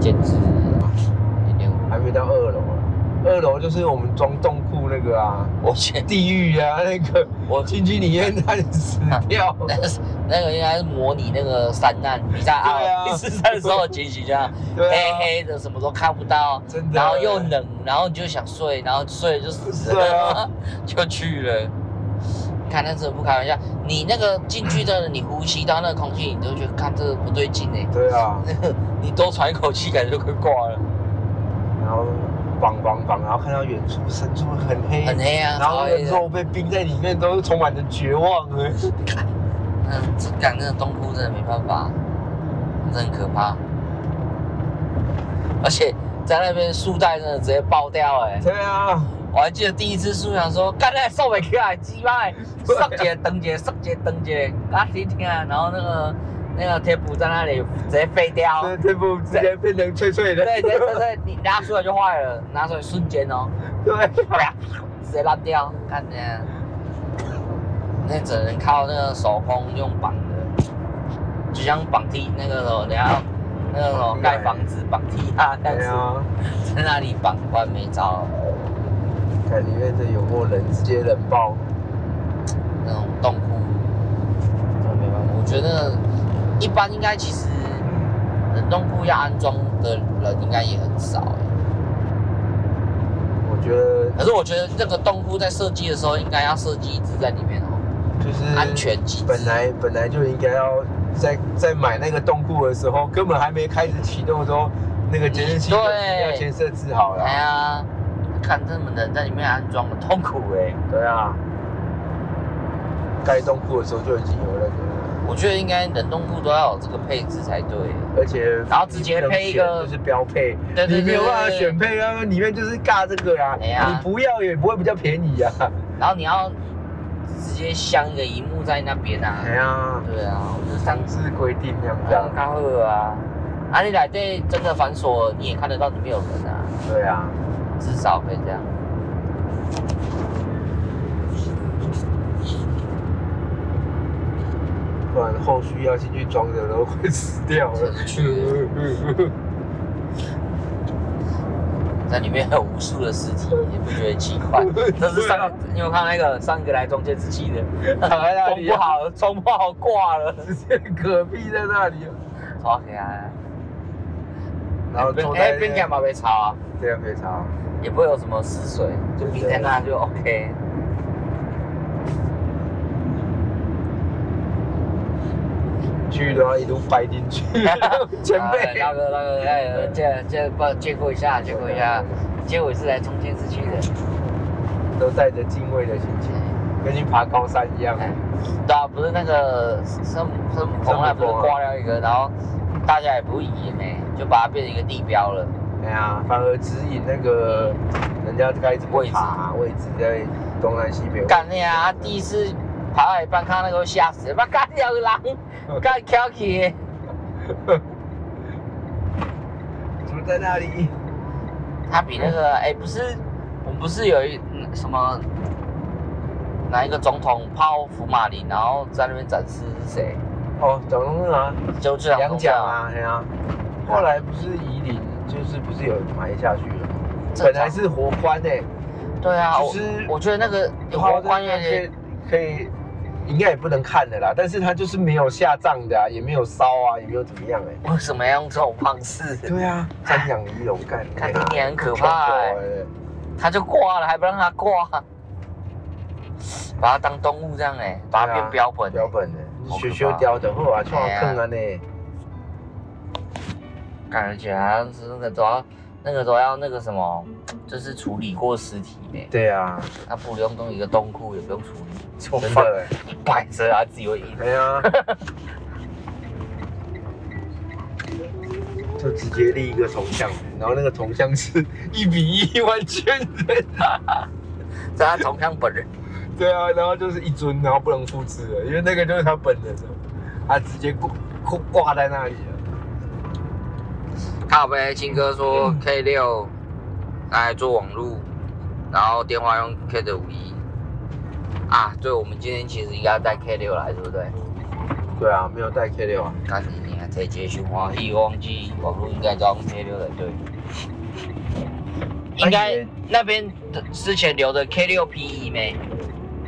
减至一点五。还没到二楼啊。二楼就是我们装洞库那个啊，我觉得地狱啊，那个我进去里面它就死 掉。那是那个应该是模拟那个山难，你在对啊啊第四山的时候的情形，这样对啊黑黑的，什么都看不到，真的然后又冷，然后你就想睡，然后睡了就死对了啊， 就去了。看，那真的不开玩笑，你那个进去真的，你呼吸到那个空气，你都觉得看这个不对劲哎、对啊，你多喘一口气，感觉就快挂嗯了，然后绑绑绑，然后看到远处深处很黑，很黑啊，然后超那个黑的肉被冰在里面，都是充满着绝望哎。嗯，这感那个东哭真的没办法，真的很可怕。而且在那边树袋真的直接爆掉哎、对啊，我还记得第一次树想说，干那瘦不起来，鸡巴欸，塞姐等姐，塞姐等姐，嘎谁听啊？然后那个那个贴布在那里直接废掉，这这部直接变成脆脆的。啊对，直接 直接你拿出来就坏了，拿出来瞬间哦，对啪直接烂掉，干你啊！那只能靠那个手工用绑的，就像绑梯那个什么，等下那个什么盖房子绑梯啊，这样对子啊，在那里绑，完没招了。看里面这有过人，直接人爆。那种洞窟，真的没办法。我觉得一般应该其实冷冻库要安装的人应该也很少欸、我觉得可是我觉得这个洞窟在设计的时候应该要设计一只在里面哦，就是安全机制本来本来就应该要在在买那个冻库的时候，根本还没开始启动的时候，那个监视器就对要先设置好了哎啊。呀，看这么冷在里面安装的痛苦哎、对啊，盖冻库的时候就已经有那个，我觉得应该冷冻库都要有这个配置才对欸、而且然后直接配一个你不能选就是标配，对对对你没有办法对对选配啊，里面就是尬这个呀、哎呀你不要也不会比较便宜呀、啊。然后你要直接镶一个荧幕在那边啊。哎呀，对啊，我觉得这样强制规定那样子讲啊，较好啊。啊，你内底真的反锁，你也看得到里面有人啊，对啊，至少可以这样。不然后续要进去装的都会死掉 了真。是在里面有无数的尸体，你不觉得奇 怪？啊这是上，你有看那个上一个来中间之气的，躺在那装里不啊 好，装不好挂 了，直接嗝屁在那里，超黑暗。然后坐哎在，边干嘛被吵啊？这样非常也不会有什么死水，就冰在那就 OK。去都要一路掰进 去， 前啊 辈大哥大哥，哎，借借不借过一下，借过一下，结果是来中间之气的。都带着敬畏的心情，跟你爬高山一样。对啊，不是那个生生母圣母从来不是峰啊挂掉一个，然后大家也不疑呢、就把它变成一个地标了。哎呀，反而指引那个人家该怎么位置爬，位置在东南西北。干你啊！第一次爬到一半看到那个吓死，把干掉个嗯狼，干翘起的，就在那里，它比那个哎、不是，我们不是有一嗯什么哪一个总统泡福马林，然后在那边展示是谁？哦，蒋中正啊，就这两两公教蒋，啊，哎呀，后来不是夷陵，就是不是有埋下去了吗？正常本来是活宽诶，对啊，我就是我觉得那个花有关有点可以，应该也不能看的啦。但是他就是没有下葬的啊，也没有烧啊，也没有怎么样哎、为什么要用这种方式？对啊，瞻仰仪容干，看哎呀你也很可怕哎、他就挂了，还不让他挂，把它当动物这样哎、把它变标本、啊标本的，好可怕学学雕的后啊，创坑啊呢，感觉好像是那个都要那个都要那个什么，就是处理过尸体哎呢、对啊，它不用弄一个冻库，也不用处理，就真放的哎，摆着啊，它自己会硬。哎呀， 就直接立一个铜像，然后那个铜像是一比一完全人，这它同样本人，对啊，然后就是一尊，然后不能复制了，因为那个就是他本人了，他直接挂挂挂在那里了。靠呗，青哥说 K 六来做网路，然后电话用 K 的五一啊，对，我们今天其实应该带 K 六来，对不对？对啊，没有带 K 六啊，干你娘！提一个想欢喜，我忘记网络应该找 K 六才对。应该那边的之前留的 K 六 PE 没？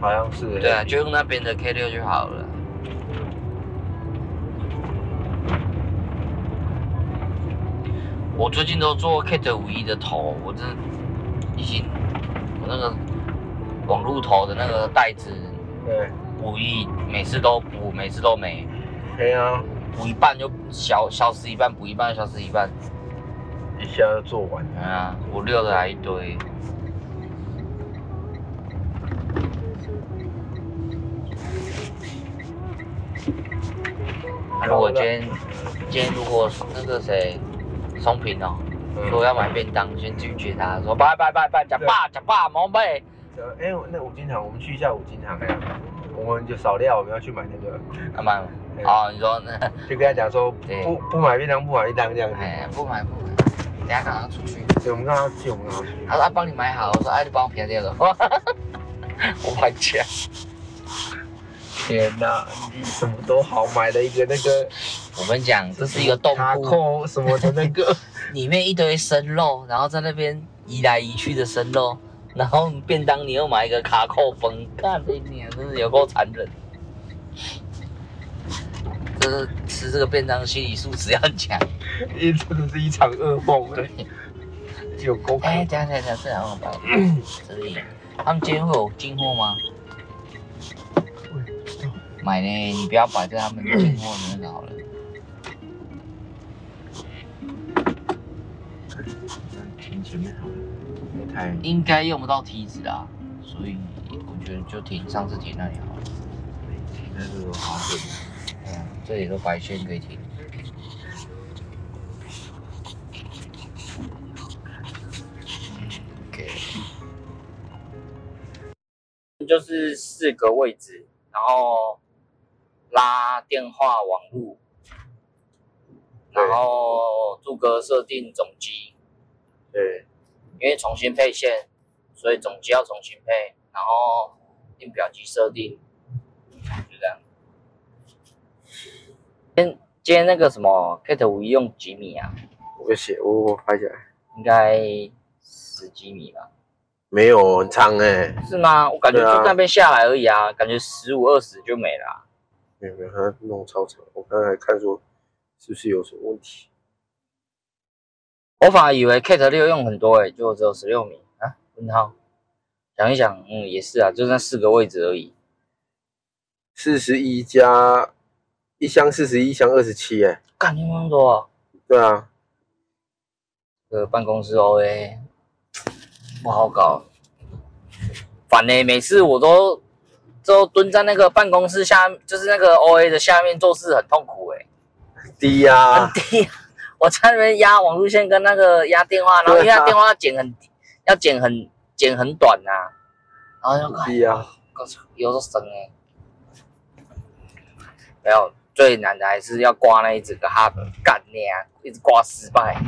好像是。对啊，就用那边的 K 六就好了。我最近都做 Kate 五一的头，我真的已经我那个网路头的那个袋子对，补一，每次都补，每次都没，可以啊，补一半就消消失一半，补一半消失一半。一下就做完了。嗯啊，五六的还一堆。啊如果今天今天如果那个谁松平哦，嗯说要买便当，先拒绝他，说拜拜拜拜，假爸假爸，毛妹，呃哎、那五金行，我们去一下五金行哎、我们就少料，我们要去买那个，干嘛？哦，你说那就跟他讲说对不不买便当，不买便当这样子。哎不买不买，等下刚好出去。对，我们刚刚去，我们刚刚去。他说啊帮你买好，我说哎你帮我撇掉了， 我还钱。天哪、你什么都好，买了一个那个我们讲这是一个动卡物。扣什么的那个，里面一堆生肉，然后在那边移来移去的生肉，然后便当你又买一个卡扣风，干你娘，真是有够残忍。这是吃这个便当心理素质要强。也真的是一场噩梦。对，有够苦。哎、等一下等一下等一下，这两万八，这里他们今天会有进货吗？哦买呢，你不要摆在他们进货的那个好了。停前面好了，没太应该用不到梯子啦，所以我觉得就停上次停那里好了。那个好久。哎呀这里都白线可以停。嗯就是四个位置，然后拉电话网路，对然后柱哥设定总机，对，因为重新配线，所以总机要重新配，然后印表机设定，就这样。今天今天那个什么 Kate 五一用几米啊？我写我我拍起来，应该十几米吧？没有很长哎、是吗？我感觉对啊就那边下来而已啊，感觉十五二十就没了啊、没有没有，他弄超长。我刚才看说是不是有什么问题？我反而以为 Kate 六用很多诶、欸，就只有十六米啊。问号，想一想，嗯，也是啊，就那四个位置而已。四十一加一箱四十一，一箱二十七哎。干你妈多、啊！对啊，呃，办公室 OA 不好搞，烦呢、每次我都都蹲在那个办公室下，就是那个 OA 的下面做事很痛苦哎、低呀、很低。我在那边压网路线跟那个压电话，然后因为对啊它电话要剪很要剪很剪很短呐、啊，然后就哎低呀、我操有时候生哎、没有最难的还是要挂那一整个哈干你啊，一直挂失败。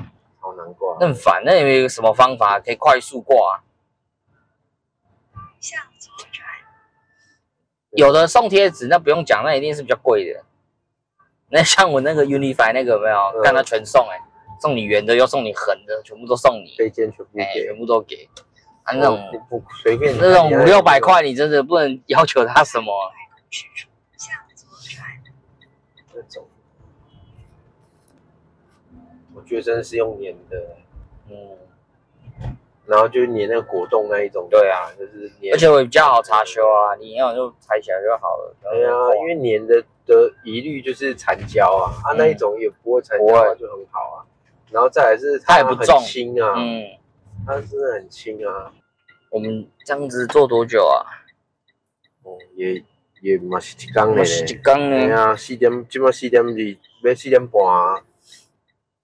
好难过、那很烦，那有没有什么方法可以快速挂啊、向左转，有的送贴纸，那不用讲，那一定是比较贵的。那像我那个 Unify 那个有没有，嗯看它全送哎、送你圆的又送你横的，全部都送你，飞剑全部哎、给，全部都给。啊，那种不不随便你那种你还五六百块，你真的不能要求他什么。驶出，向左转，那种。我觉得真的是用粘的，嗯，然后就是粘那个果冻那一种。对啊，就是粘。而且我也比较好查修啊，你要就拆起来就好了。哎呀，因为粘的的疑虑就是残胶啊，啊嗯那一种也不会残胶不啊，会就很好啊。然后再来是它也不很重轻啊，嗯，它真的很轻啊，我们这样子做多久啊？哦也也嘛是一缸我的是一嘞。缸哎呢，呀，四点，即满四点二，要四点半啊，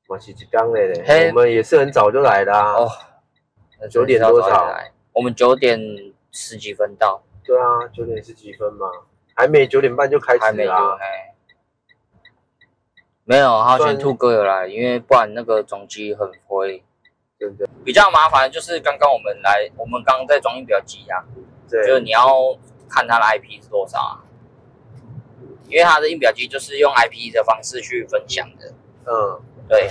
嘛是一缸的嘞。嘿我们也是很早就来的啊。哦，那真的是要早点来？我们九点十几分到，对啊，九点十几分嘛，还没九点半就开还始没有啦。哎。没有，浩算轩兔哥有来，因为不然那个总机很灰。真的，比较麻烦的就是刚刚我们来，我们刚刚在装印表机啊，就是对，你要看它的 IP 是多少啊，因为它的印表机就是用 IP 的方式去分享的。嗯，对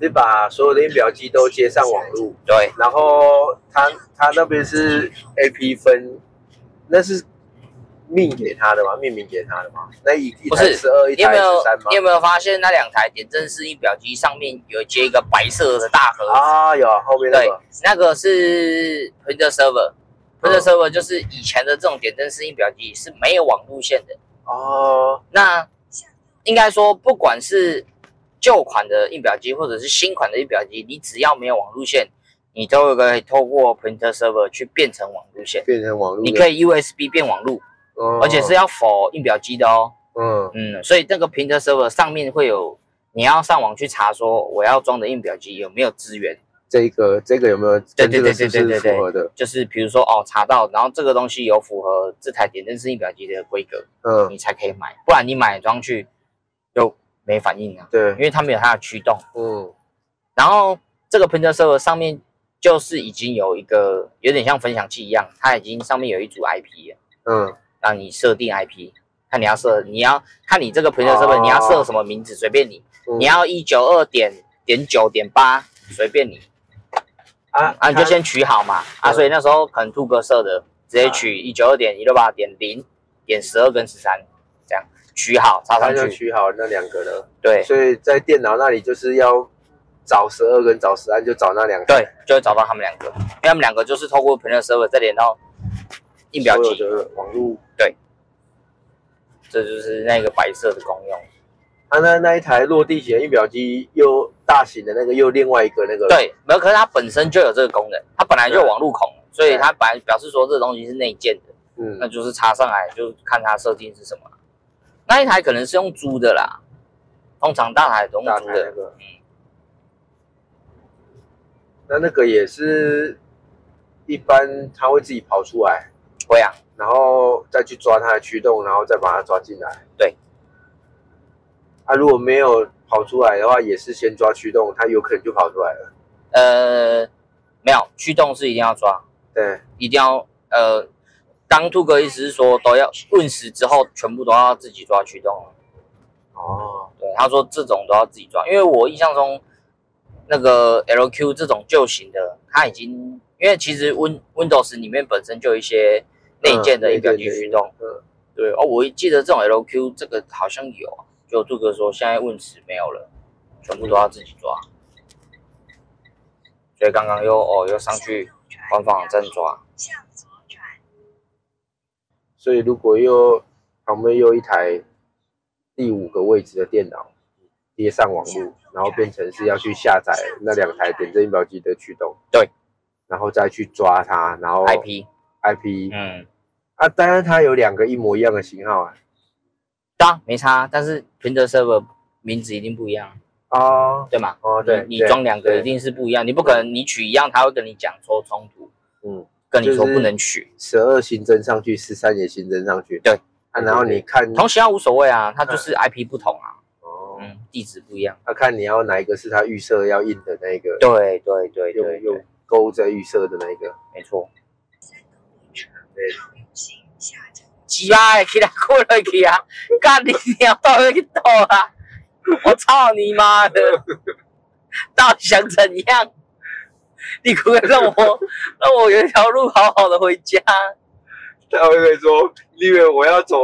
是把所有的印表机都接上网路，对，然后他他那边是 A P 分，那是命给他的吗？命名给他的吗？那一一不台是十二，一你有台没有十三吗你？有没有发现那两台点阵式印表机上面有接一个白色的大盒子？啊，有后面那对个，那个是 Printer Server。Printer Server 就是以前的这种点阵式印表机是没有网路线的。哦，那向右应该说，不管是旧款的印表机或者是新款的印表机，你只要没有网路线，你都可以透过 Printer Server 去变成网路线。变成网路的，你可以 USB 变网路，哦，而且是要否印表机的哦。嗯嗯，所以那个 Printer Server 上面会有，你要上网去查说我要装的印表机有没有资源，这个这个有没有对跟对对这个对是对不对是对符合的？就是比如说哦查到，然后这个东西有符合这台点阵式印表机的规格，嗯，你才可以买，不然你买装去又没反应啊，因对，为它没有它的驱动。嗯然后这个 Printer Server 上面就是已经有一个有点像分享器一样，它已经上面有一组 IP 了，嗯，让你设定 IP，看你要设，你要看你这个 Printer Server、哦你要设什么名字，随便你，嗯你要一九二点点九点八，随便你啊啊，你就他先取好嘛啊，嗯所以那时候可能兔哥设的，直啊接取一九二点一六八点零点十二跟十三这样取好插他上就去，取好那两个了，对所以在电脑那里就是要找十二跟找十三，就找那两个，对，就会找到他们两个，因为他们两个就是透过 Printer Server 再连到印表所机。有的网路。这就是那个白色的功用。啊，那那一台落地型的印表机又大型的那个又另外一个那个，，对，没有，可是它本身就有这个功能，它本来就有网路孔，所以它本来表示说这东西是内建的，那嗯，就是插上来就看它设定是什么。那一台可能是用租的啦，通常大台都用大租台那的，个，嗯那那个也是一般它会自己跑出来，会啊，然后再去抓它的驱动，然后再把它抓进来。对。啊，如果没有跑出来的话，也是先抓驱动，它有可能就跑出来了。呃，没有驱动是一定要抓，对，一定要呃，当兔哥意思是说都要论时之后全部都要自己抓驱动啊了。哦，对，他说这种都要自己抓，因为我印象中那个 LQ 这种旧型的，它已经因为其实 Win Windows 里面本身就有一些内建的嗯一个驱动，，内建的嗯，对哦，我记得这种 LQ 这个好像有啊，就杜哥说现在 Win 十没有了，全部都要自己抓，所以刚刚又哦又上去官方网站抓，向左转，所以如果又旁边又一台第五个位置的电脑接上网络，然后变成是要去下载那两台点阵印表机的驱动，对，然后再去抓它，然后 IP， IP 嗯，啊，当然它有两个一模一样的型号啊，当然没差，啊但是 Printer Server 名字一定不一样，啊哦对吗？哦对，你你对装两个对一定是不一样，你不可能你取一样，他会跟你讲说冲突，嗯，跟你说就是不能取。十二新增上去，十三也新增上去，对啊，然后你看同型号无所谓啊，它就是 IP 不同啊，哦，嗯，地址不一样。他看你要哪一个是他预设要印的那一个，对对对用对用对，勾着预设的那一个，没错。三公里处对靠右行下车。鸡巴的，去他过来去啊！干你娘到底去倒啊！我操你妈的！到底想怎样？你可不可以让我让我有一条路好好的回家？他会不会说，你以为我要走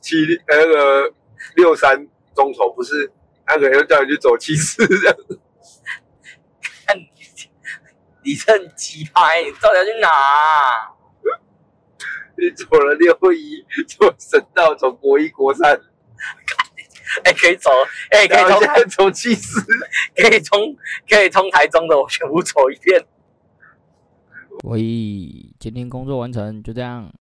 七呃那个六三中头，不是？他可能要叫你去走七四这样。看你，你这很鸡巴，欸你到底要去哪啊、你走了六一，走省道，走国一国三，哎、可以走，哎、可以然后从现在走七四，可以从可以从台中的我全部走一遍。喂，今天工作完成，就这样。